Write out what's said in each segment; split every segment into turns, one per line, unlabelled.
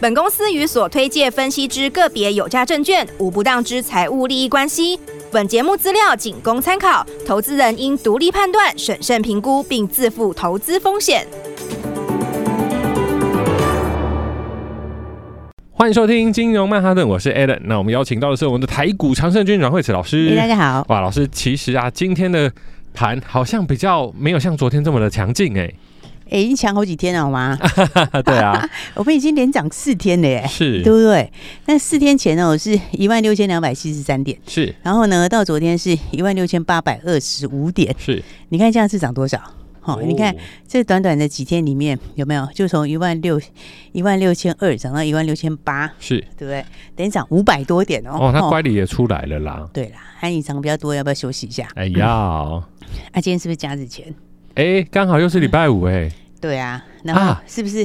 本公司与所推介分析之个别有价证券无不当之财务利益关系。本节目资料仅供参考，投资人应独立判断、审慎评估，并自负投资风险。
欢迎收听《金融曼哈顿》，我是 Alan。那我们邀请到的是我们的台股常胜军阮惠慈老师。
哎、大家好。
哇，老师，其实啊，今天的盘好像比较没有像昨天这么的强劲哎、
哎、已经强好几天了好吗？
啊，对 啊，
我们已经连涨四天了耶，
是
对不对？那四天前呢，我是一万六千两百七十三点，
是
然后呢，到昨天是一万六千八百二十五点。
是，
你看这样是涨多少？哦，你看这短短的几天里面有没有？就从一万六一万六千二涨到一万六千八，
是
对不对？等于涨五百多点哦。
哦，那乖离也出来了啦。
对啦，安你涨比较多，要不要休息一下？
哎呀，
啊，今天是不是假日前？
哎，刚好
嗯
又是礼拜五哎、
对啊，然后
啊
是不是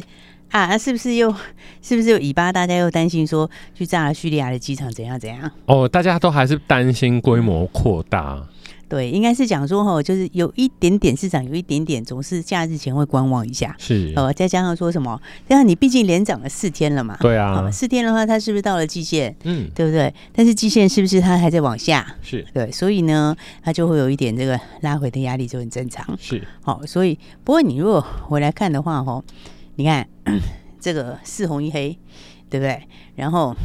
啊？那是不是又 是不是有尾巴？大家又担心说去炸了叙利亚的机场怎样怎样？
哦，大家都还是担心规模扩大，
对，应该是讲说哈，就是有一点点市场，有一点点总是假日前会观望一下。
是，
呃，再加上说什么？加上你毕竟连涨了四天了嘛，
对啊
好，四天的话，哦它是不是到了季线？
嗯，
对不对？但是季线是不是它还在往下？
是
对，所以呢，它就会有一点这个拉回的压力，就很正常。
是，
好、所以不过你如果回来看的话，哦，你看 这个四红一黑，对不对？然后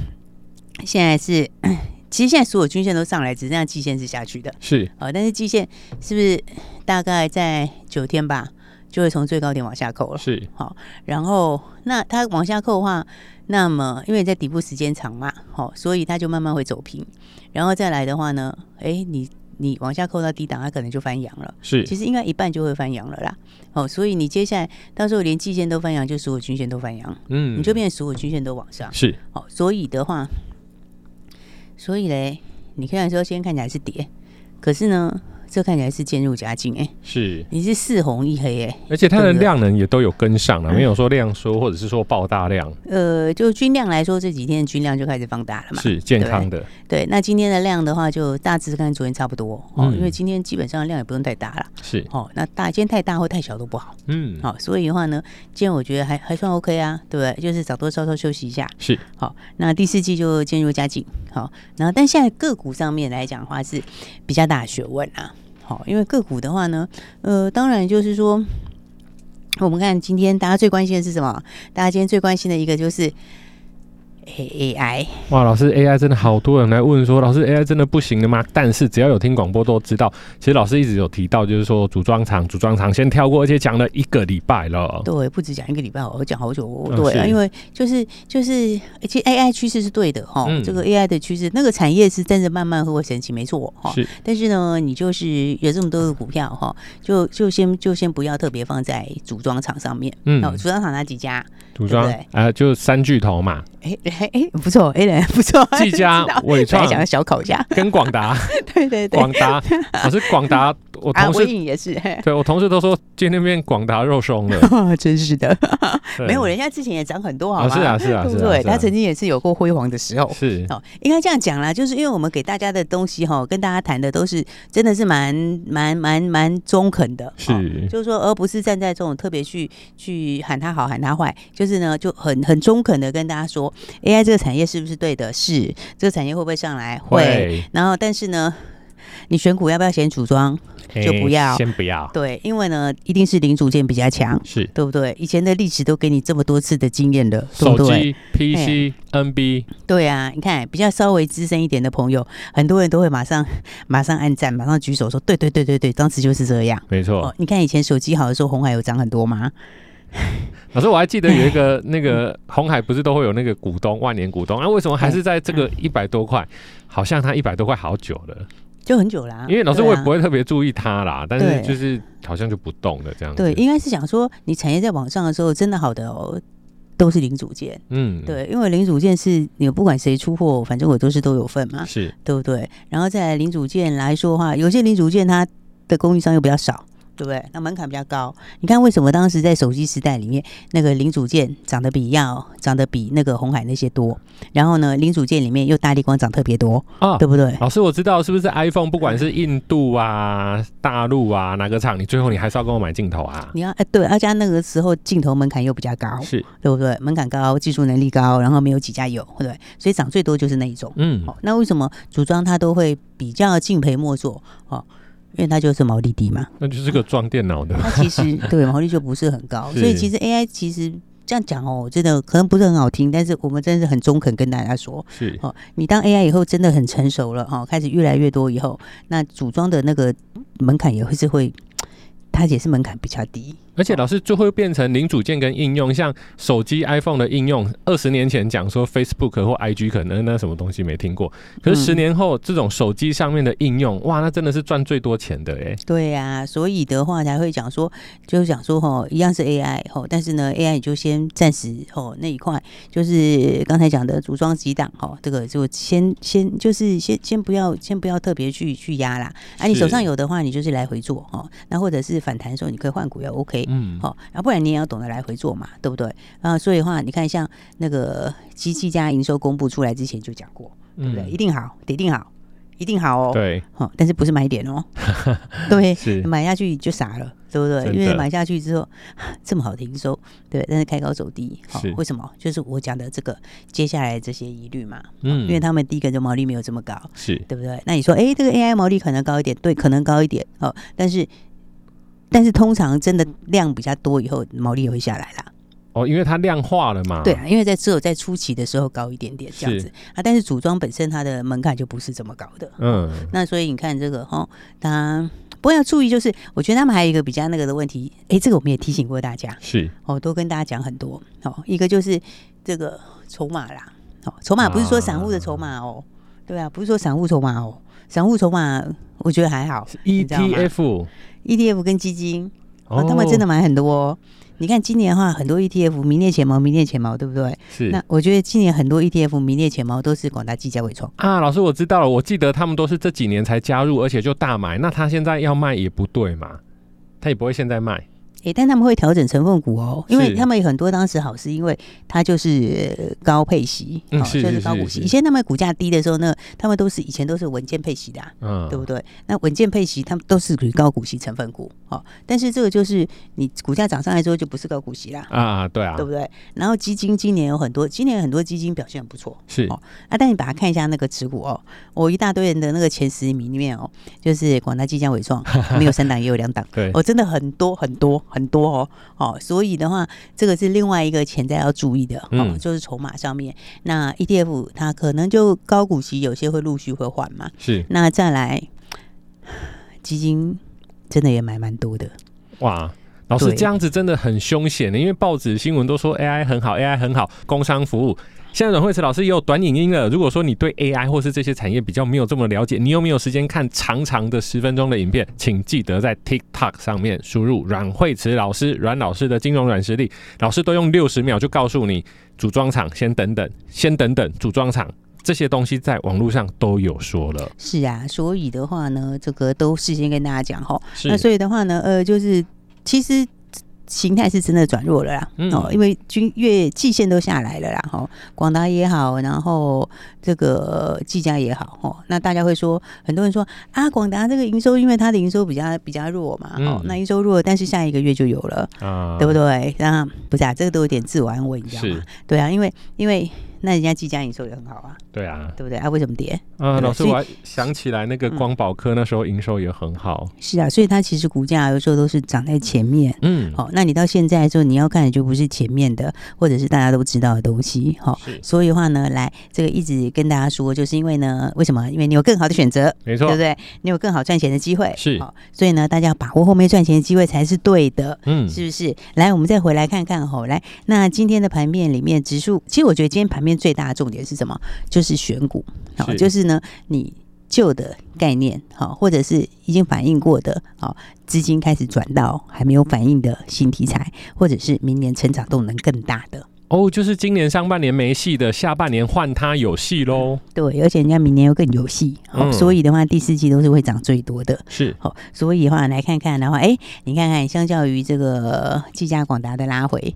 现在是， 其实现在所有均线都上来，只剩下季线是下去的。
是，
哦，但是季线是不是大概在九天吧，就会从最高点往下扣了？
是，
然后那它往下扣的话，那么因为在底部时间长嘛，好、所以它就慢慢会走平。然后再来的话呢，哎，你你往下扣到低档，它可能就翻阳了。其
是，
实应该一半就会翻阳了啦。哦，所以你接下来到时候连季线都翻阳，就所有均线都翻阳，
嗯
你就变成所有均线都往上。
是
哦，所以的话，所以嘞，你看的时候先看起来是跌，可是呢，这看起来是渐入佳境哎、
是，
你是四红一黑哎、
而且它的
对嗯不对
量能也都有跟上了，没有说量缩或者是说爆大量，
呃，就均量来说，这几天的均量就开始放大了嘛。
是健康的，
嗯对，那今天的量的话，就大致跟昨天差不多哦，
嗯
因为今天基本上量也不用太大了
是，
哦。那大今天太大或太小都不好。
嗯，
好、所以的话呢，今天我觉得还还算 OK 啊，对不对？就是早多稍稍休息一下。
是
好、那第四季就渐入佳境。好、然后但现在个股上面来讲的话是比较大的学问啊。好、因为个股的话呢，呃，当然就是说，我们看今天大家最关心的是什么？大家今天最关心的一个就是 A AI。
哇，老师 AI 真的好多人来问说，老师 AI 真的不行了吗？但是只要有听广播都知道，其实老师一直有提到，就是说组装厂，组装厂先跳过，而且讲了一个礼拜了。
对，不止讲一个礼拜，我讲好久哦。
嗯
对啊，
是
因为就是就是，其实 AI 趋势是对的哈、
嗯
这个 AI 的趋势，那个产业是真的慢慢会神奇，没错哦哈。
是
但是呢，你就是有这么多的股票哈，就就先就先不要特别放在组装厂上面。
嗯
哦，组装厂哪几家？
组装
对
啊
不、
就三巨头嘛，
哎哎哎，不错，哎人 不错，
技嘉
知道
伟
本
创
来想要小考一 下，
跟广达，
对 对对，
广达，老师广 达，我
啊，
同
微
事、
影也是， 嘿
对我同事都说今天变广达肉松了，
哦真是的，
对
没有人家之前也涨很多，好
啊，
吗？
是啊是啊
对
是
不
啊，
对？
是啊
他曾经也是有过辉煌的时候。
是
哦，应该这样讲啦，就是因为我们给大家的东西哈、跟大家谈的都是真的是蛮蛮蛮蛮中肯的，哦
是
就是说，而不是站在这种特别去去喊他好喊他坏，就是呢就很很中肯的跟大家说，AI 这个产业是不是对的？是，这个产业会不会上来？
会
然后，但是呢，你选股要不要选组装？就
哎
不要
先不要，
对，因为呢，一定是零组件比较强，
是
对不对？以前的历史都给你这么多次的经验了，对
手
不对？
机、PC、NB
对啊，你看比较稍微资深一点的朋友，很多人都会马上马上按赞，马上举手说对对对对对，当时就是这样。
没错、
哦，你看以前手机好的时候，红海有涨很多吗？
老师，我还记得有一 个那个红海，不是都会有那个股东万年股东，那、啊为什么还是在这个
嗯
一百多块？好像他一百多块好久了，
就很久啊啦、
因为老师我也不
会。
会特别注意它啦，但是
对
就是好像就不动了这样子。
对，应该是想说，你产业在往上的时候，真的好的、哦、都是零组件，
嗯，，
对，因为零组件是你不管谁出货，反正我都是都有份嘛，
是，
啊对不对？然后再来零组件来说的话，有些零组件它的供应商又比较少，对不对？那门槛比较高。你看为什么当时在手机时代里面，那个零组件涨得比药涨得比那个红海那些多，然后呢，零组件里面又大力光涨特别多，
啊
对。不对？
老师，我知道是不是 iPhone，不管
嗯
是印度啊、大陆啊哪个厂，你最后你还是要跟我买镜头啊？
你要哎，对，而且那个时候镜头门槛又比较高，
是，
对不对？门槛高，技术能力高，然后没有几家有，对不对，所以涨最多就是那一种。
嗯，
哦，那为什么组装它都会比较敬陪末座？哦，因为它就是毛利低嘛，
那就是个装电脑的，
它其实对毛利就不是很高，
是
所以其实 AI 其实这样讲哦，真的可能不是很好听，但是我们真的是很中肯跟大家说，
是
哦，你当 AI 以后真的很成熟了哦，开始越来越多以后，那组装的那个门槛也会是会，它也是门槛比较低，
而且老师就会变成零组件跟应用，像手机、iPhone 的应用，二十年前讲说 Facebook 或 IG 可能那什么东西没听过，可是
嗯
十年后、这种手机上面的应用，哇，那真的是赚最多钱的哎、
对呀、所以的话才会讲说，就是讲说吼，一样是 AI 吼，但是呢，AI 你就先暂时吼那一块，就是刚才讲的组装几档吼，这个就先先就是先先不要先不要特别去去压啦，啊，你
是
手上有的话，你就是来回做哦，那或者是反弹的时候，你可以换股要 OK，
嗯，
好、啊，不然你也要懂得来回做嘛，对不对？啊，所以的话，你看像那个机器家营收公布出来之前就讲过，对
嗯
不对？一定好，得一定好，一定好哦。
对，
哦，但是不是买点 哦，对，
是
买下去就傻了，对不
真
对？
的
因为买下去之后 啊这么好的营收，对，但是开高走低，好、
是
为什么？就是我讲的这个接下来这些疑虑嘛，
嗯
因为他们第一个就毛利没有这么高，
是
对不对？那你说，哎，这个 AI 毛利可能高一点，对，可能高一点，哦，但是但是通常真的量比较多以后，毛利也会下来啦。
哦，因为它量化了嘛，
对啊，因为在只有在初期的时候高一点点这样
是
子啊，但是组装本身它的门槛就不是这么高的，
嗯，
那所以你看这个哈，它不过要注意，就是我觉得他们还有一个比较那个的问题，诶，这个我们也提醒过大家
是
哦，都跟大家讲很多哦。一个就是这个筹码啦，哦，筹码不是说散户的筹码哦，对啊，不是说散户筹码哦，散户筹码我觉得还好 你知道
E
吗
ETF，
，ETF 跟基金哦，他们真的买很多、哦。你看今年的话，很多 E ETF 名列前茅，名列前茅，对不对？
是
那我觉得今年很多 E ETF 名列前茅都是广达、技嘉、伟创。
啊，老师我知道了，我记得他们都是这几年才加入，而且就大买，那他现在要卖也不对嘛，他也不会现在卖，
诶，但他们会调整成分股哦，因
是
为他们有很多当时好是因为它就是呃高配息，
嗯
哦
是
就是是高
是
股息。
是
以前他们股价低的时候呢，他们都是以前都是稳健配息的、啊，
嗯，
对不对？那稳健配息，他们都是属于高股息成分股，哦。但是这个就是你股价涨上来之后就不是高股息啦，
啊，对啊
对，不对？然后基金今年有很多，今年有很多基金表现很不错，
是
哦啊，但你把它看一下那个持股哦，我一大堆人的那个前十名里面哦，就是广大、即将 伟创，没有三档也有两档，
对
哦，真的很多很多很多哦，哦，所以的话，这个是另外一个潜在要注意的，哦，
嗯
就是筹码上面，那 ETF 它可能就高股息，有些会陆续会换嘛，
是
那再来基金真的也买蛮多的，
哇。老师
对
这样子真的很凶险的，因为报纸新闻都说 AI 很好，AI 很好，工商服务。现在阮慧慈老师也有短影音了。如果说你对 AI 或是这些产业比较没有这么了解，你有没有时间看长长的十分钟的影片？请记得在 TikTok 上面输入阮慧慈老师、阮老师的金融软实力，老师都用六十秒就告诉你，组装厂先等等，先等等，组装厂这些东西在网络上都有说了。
是啊，所以的话呢，这个都事先跟大家讲哈、哦，
是
那所以的话呢，呃，就是其实形态是真的转弱了啦，
嗯
哦，因为均月季线都下来了啦，哈、广达也好，然后这个技嘉也好，哈、那大家会说，很多人说啊，广达这个营收，因为它的营收比较比较弱嘛，哦
嗯，
那营收弱，但是下一个月就有了，
啊
对不对？那不是啊，这个都有点自我安慰，你知道吗
是？，
对啊，因为因为那人家技嘉营收也很好啊，
对啊。
对不对啊？为什么跌？
啊，
对嗯
老师，
所以
我还想起来那个光宝科那时候营收也很好，
是啊，所以它其实股价有时候都是涨在前面。
嗯，
好、那你到现在说你要看的就不是前面的，或者是大家都知道的东西，好、
是
所以的话呢，来这个一直跟大家说，就是因为呢，为什么？因为你有更好的选择，
没
对
错
不，对？你有更好赚钱的机会，
是
好所以呢，大家把握后面赚钱的机会才是对的。
嗯，
是不是？来，我们再回来看看吼。来，那今天的盘面里面，指数其实我觉得今天盘面最大的重点是什么？就是选股，好、
是
就是呢，你旧的概念，好、或者是已经反映过的，好、资金开始转到还没有反应的新题材，或者是明年成长动能更大的，
哦，就是今年上半年没戏的，下半年换它有戏喽。
对，而且人家明年又更有戏，好、
嗯
所以的话第四季都是会涨最多的。
是，
好、所以的话来看看的话，哎、你看看，相较于这个技嘉、广达的拉回，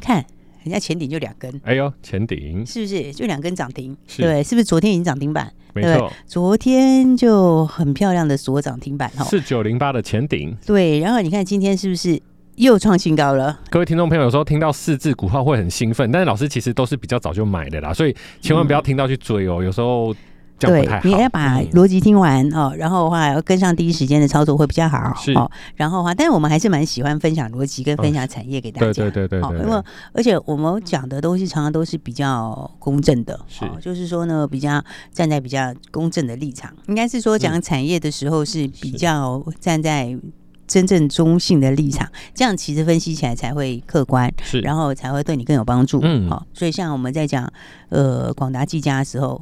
看人家前顶就两根，
哎呦，前顶，
是不是就两根涨停？
是
对，是不是昨天已经涨停板？
没
对
错，
昨天就很漂亮的锁涨停板哈。哦
四九零八的前顶。
对，然后你看今天是不是又创新高了？
各位听众朋友，有时候听到四字股号会很兴奋，但是老师其实都是比较早就买的啦，所以千万不要听到去追哦，有时候这样
嗯对
不太，好。
你要把
嗯
逻辑听完哦，然后的话要跟上第一时间的操作会比较好
是哦
哦。然后的话，但是我们还是蛮喜欢分享逻辑跟分享产业给大家。
对对对对
好，
对
因为
对，
而且我们讲的东西常常都是比较公正的，哦
是
就是说呢，比较站在比较公正的立场，应该是说讲产业的时候是
嗯是
比较站在真正中性的立场，这样其实分析起来才会客观，
是
然后才会对你更有帮助。
嗯
好、所以像我们在讲呃广达技嘉的时候，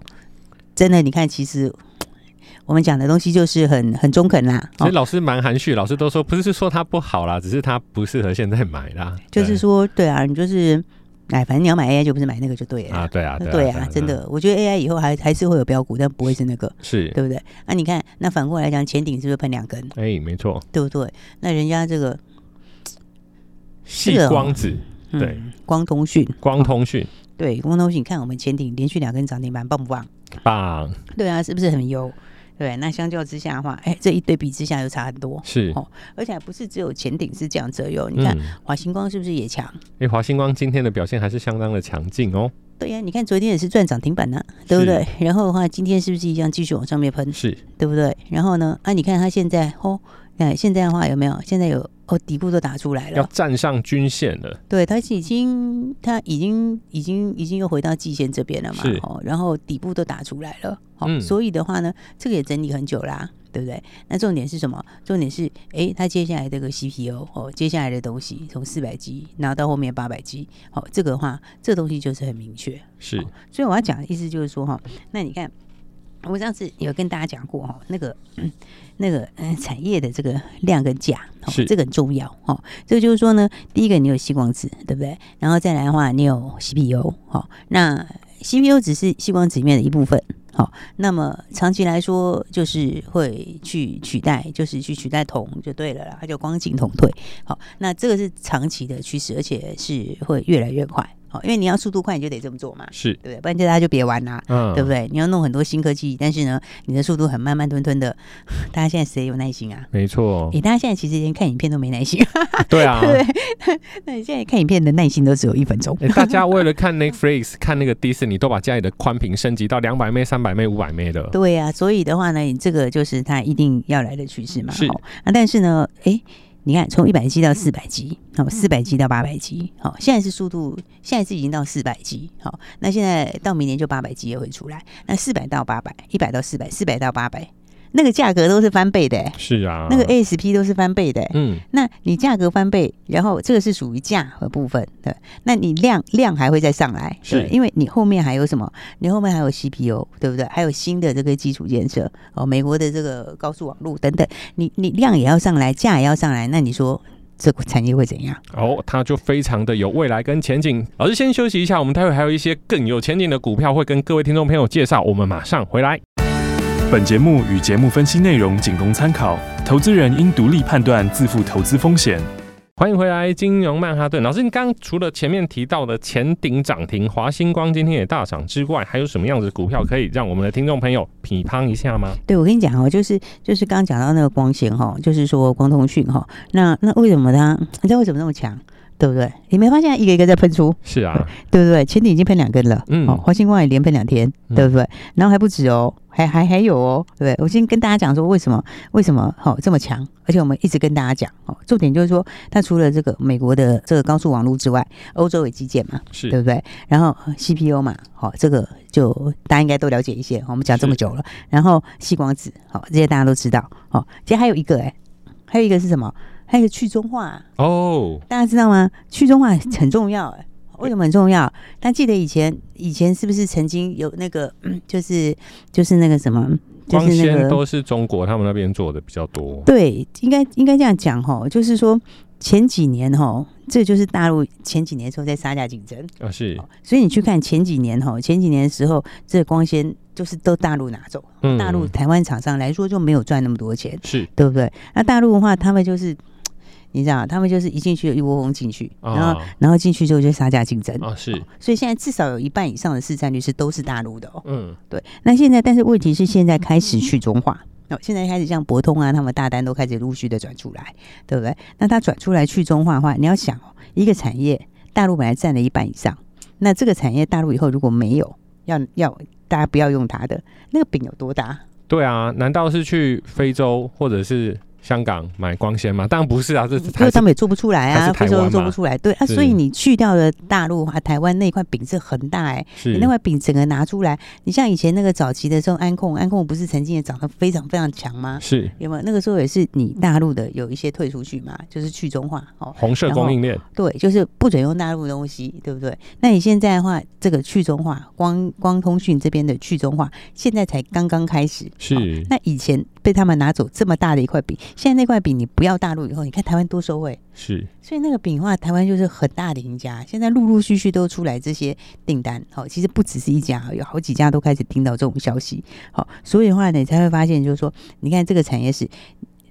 真的你看，其实我们讲的东西就是很很中肯啦，哦
其实老师蛮含蓄，老师都说不是说它不好啦，只是它不适合现在买啦。
就是说，对啊，你就是哎，反正你要买 AI 就不是买那个就对
对
了
啊，对啊，
对啊，真的，我觉得 AI 以后还还是会有标股，但不会是那个，
是，
对不对？那、你看，那反过来讲，前顶是不是喷两根，
哎，没错，
对不对？那人家这个
细
这个哦
光子、对
嗯，光通讯，
光通讯
对，光通讯，看我们前顶连续两根涨停板，棒不棒？
棒
对啊，是不是很优？对，那相较之下的话，哎，这一对比之下就差很多，
是
哦，而且还不是只有前顶是这样折优，你看、
嗯
华星光是不是也强？
哎，华星光今天的表现还是相当的强劲哦。
对呀、你看昨天也是赚涨停板呢、对不对？然后的话，今天是不是一样继续往上面喷？
是，
对不对？然后呢，啊，你看它现在哦，哎，现在的话有没有？现在有哦，底部都打出来
要
了，
站上均线了。
对，它已经它已经已经已经又回到季线这边了嘛
是，
哦，然后底部都打出来了，哦，
嗯
所以的话呢，这个也整理很久啦、对不对？那重点是什么？重点是，哎，它接下来这个 CPU 哦，接下来的东西从四百 G 拿到后面八百 G，好、这个的话，这东西就是很明确，
是
好所以我要讲的意思就是说哈，那你看，我上次有跟大家讲过哈，那个、嗯那个嗯、呃产业的这个量跟价，哦
是
这个很重要哦。这个就是说呢，第一个你有细光子，对不对？然后再来的话，你有 CPU，好、哦那 CPU 只是细光子里面的一部分。好、那么长期来说，就是会去取代，就是去取代铜就对了啦，它就光进铜退。好、那这个是长期的趋势，而且是会越来越快。好、因为你要速度快，你就得这么做嘛。
是，
对不对？不然就大家就别玩啦、
嗯
对不？对？你要弄很多新科技，但是呢，你的速度很慢慢吞吞的， 大家现在谁有耐心啊？
没错
诶、，大家现在其实连看影片都没耐心，
对啊。
哎对那你现在看影片的耐心都只有一分钟。
诶哎大家为了看 Netflix、看那个迪士尼，都把家里的宽屏升级到两百枚、三百枚、五百枚了。
对呀、啊所以的话呢，你这个就是它一定要来的趋势嘛。
是嗯
哦那、但是呢，诶，你看从一百 G 到四百 G，好，四百 G 到八百 G，好，现在是速度，现在是已经到四百 G，好，那现在到明年就八百 G 也会出来，那四百到八百，一百到四百，四百到八百，那个价格都是翻倍的、诶
是啊，
那个哎 ASP 都是翻倍的、欸
嗯，
那你价格翻倍，然后这个是属于价的部分，对。那你量量还会再上来，
是
对因为你后面还有什么？你后面还有 CPU，对不对？还有新的这个基础建设哦，美国的这个高速网络等等，你你量也要上来，价也要上来，那你说这个产业会怎样？
哦，它就非常的有未来跟前景。老师先休息一下，我们待会还有一些更有前景的股票会跟各位听众朋友介绍，我们马上回来。
本节目与节目分析内容仅供参考，投资人应独立判断，自负投资风险。
欢迎回来，金融曼哈顿老师，你刚刚除了前面提到的前顶涨停，华星光今天也大涨之外，还有什么样子的股票可以让我们的听众朋友批判一下吗？
对，我跟你讲哦，就是就是刚刚讲到那个光纤哈，就是说光通讯哈，那那为什么它？你知道为什么那么强？对不对？你没发现它一个一个在喷出？
是啊，
对不对？前顶已经喷两根了，
嗯
嗯，哦，华星光也连喷两天，
嗯
对不对？然后还不止哦，还还还有哦，对不对？我先跟大家讲说为什么为什么好、这么强，而且我们一直跟大家讲哦，重点就是说它除了这个美国的这个高速网络之外，欧洲也基建嘛，对
是
不对？然后呃 CPU 嘛，好、这个就大家应该都了解一些，哦我们讲这么久了。然后细光子，好、这些大家都知道，哦，其实还有一个哎、还有一个是什么？还有一个去中化、啊
哦，
大家知道吗？去中化很重要、欸，为什么很重要？大家记得以前以前是不是曾经有那个， 嗯就是就是那个什么，就
光
是那
纤
个
都是中国他们那边做的比较多，
对，应该应该这样讲吼，就是说前几年哈，这就是大陆前几年的时候在杀价竞争，
啊是，
所以你去看前几年哈，前几年的时候，这光纤就是都大陆拿走，
嗯
大陆台湾厂商来说就没有赚那么多钱，
是
对不对？那大陆的话，他们就是。你知道，他们就是一进去就一窝蜂进去，然后、
啊
然后进去之后就杀价竞争，
啊是，
所以现在至少有一半以上的市占率是都是大陆的哦。
嗯
对，那现在但是问题是现在开始去中化。哦，现在开始像博通啊，他们大单都开始陆续的转出来，对不对？那它转出来去中化的话，你要想哦，一个产业大陆本来占了一半以上，那这个产业大陆以后如果没有，要要大家不要用它的那个饼有多大？
对啊，难道是去非洲或者是香港买光纤吗？当然不是啊，这
因
还是
为他们也嗯做不出来
还
啊，
是台
非
湾
洲做
嘛
不出来，对啊，
是
所以你去掉了大陆啊，台湾那块饼是很大哎、
是
你那块饼整个拿出来，你像以前那个早期的时候，安控安控不是曾经也涨得非常非常强吗？
是
有没有？那个时候也是你大陆的有一些退出去嘛，就是去中化哦，
红色
然后
供应链，
对，就是不准用大陆的东西，对不对？那你现在的话，这个去中化光光通讯这边的去中化，现在才刚刚开始。哦
是
那以前被他们拿走这么大的一块饼，现在那块饼你不要大陆以后，你看台湾多受惠，
是
所以那个饼的话，台湾就是很大的赢家。现在陆陆续续都出来这些订单，好、其实不只是一家，有好几家都开始听到这种消息。好、所以的话呢，你才会发现，就是说，你看这个产业是，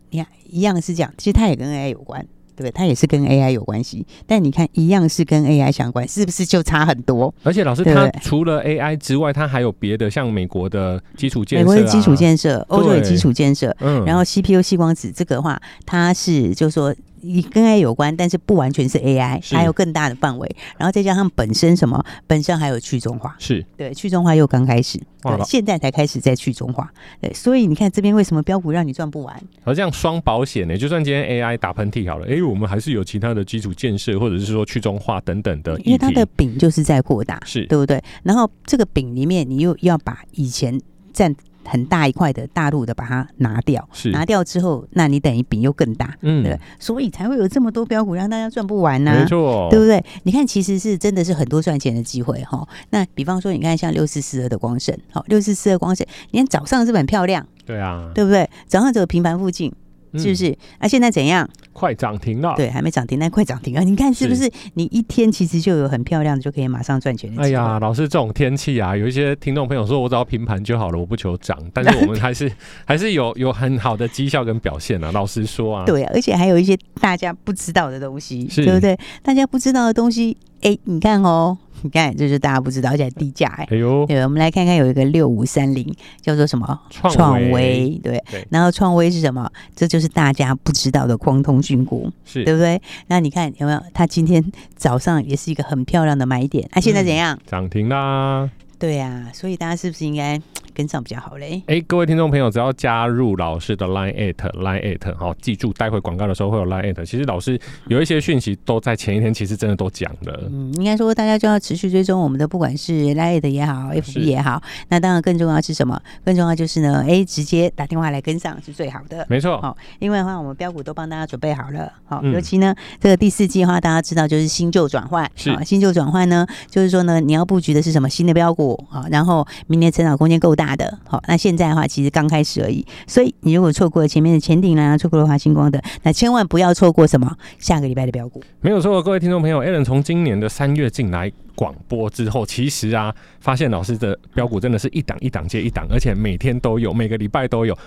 你看一样是这样，其实它也跟 AI 有关，对不对？它也是跟 AI 有关系，但你看一样是跟 AI 相关，是不是就差很多？
而且老师，
对
它除了 AI 之外，它还有别的，像美国的基础建
美
设、啊，
国的基础，建设，欧洲的
对
基础建设，
嗯
然后 CPU 细光子这个的话，它是就是说。也跟 AI 有关，但是不完全是 AI，
是
还有更大的范围。然后再加上本身什么，本身还有去中化，
是
对，去中化又刚开始，
哇
对
老，
现在才开始在去中化，对，所以你看这边为什么标股让你赚不完？
而这样双保险呢、欸就算今天 AI 打喷嚏好了，哎、我们还是有其他的基础建设，或者是说去中化等等的
因
呃议
为它
题
的，饼就是在扩大，
是
对不对？然后这个饼里面，你又要把以前占很大一块的大陆的把它拿掉，
是
拿掉之后，那你等于饼又更大，
嗯
对，所以才会有这么多标股让大家赚不完啊呐、
没错，
对不对？你看，其实是真的是很多赚钱的机会哈、那比方说，你看像六四四二的光盛，好、六四四二光盛，你看早上是不是很漂亮，
对啊，
对不对？早上只有平盘附近，
嗯
是不是？那、现在怎样？
快涨停了？，
对，还没涨停，但快涨停啊！你看是不是？你一天其实就有很漂亮的，就可以马上赚钱的机
哎
会。
呀，老师这种天气啊，有一些听众朋友说，我只要平盘就好了，我不求涨，但是我们还 是还是有有很好的绩效跟表现啊。老实说啊，
对啊，而且还有一些大家不知道的东西，
是
对不对？大家不知道的东西，哎，你看哦，你看，这就是大家不知道，而且还低价哎。
哎呦，
对，我们来看看有一个六五三零，叫做什么？
创维
维，对
对。
然后创维是什么？这就是大家不知道的光通讯股，
是
对不对？那你看有没有？它今天早上也是一个很漂亮的买点，啊那、现在怎样？
涨停啦！
对啊，所以大家是不是应该跟上比较好嘞？
哎、各位听众朋友，只要加入老师的 Line at Line at 好，记住，待会广告的时候会有 Line at。其实老师有一些讯息都在前一天，其实真的都讲了。
嗯，应该说大家就要持续追踪我们的，不管是 l i t 也好
是
，FB 也好。那当然更重要是什么？更重要就是呢，哎，直接打电话来跟上是最好的。
没错，
好因为的话，我们标股都帮大家准备好了。好、
嗯
尤其呢，这个第四季的话，大家知道就是新旧转换。
是
好新旧转换呢，就是说呢，你要布局的是什么新的标股啊、好然后明年成长空间够大的。好、那现在的话，其实刚开始而已。所以你如果错过了前面的前顶啦，错过了华星光的，那千万不要错过什么下个礼拜的标股。
没有错，各位听众朋友，Allen 从今年的三月进来广播之后，其实啊，发现老师的标股真的是一档一档接一档，而且每天都有，每个礼拜都有。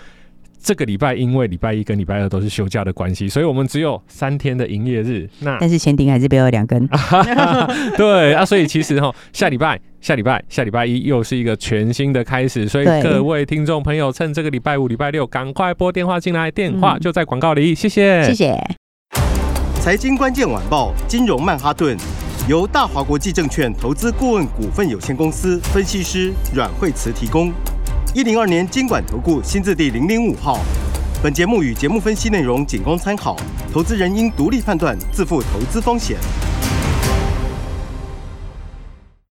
这个礼拜因为礼拜一跟礼拜二都是休假的关系，所以我们只有三天的营业日。那
但是前顶还是不要有两根。
哎对啊，所以其实哈，下礼拜、下礼拜、下礼拜一又是一个全新的开始，所以
对
各位听众朋友，趁这个礼拜五、礼拜六，赶快拨电话进来，电话
嗯
就在广告里，谢谢，
谢谢。
财经关键晚报，金融曼哈顿，由大华国际证券投资顾问股份有限公司分析师阮惠慈提供。一零二年经管投顾新字第零零五号。本节目与节目分析内容仅供参考，投资人应独立判断，自负投资风险。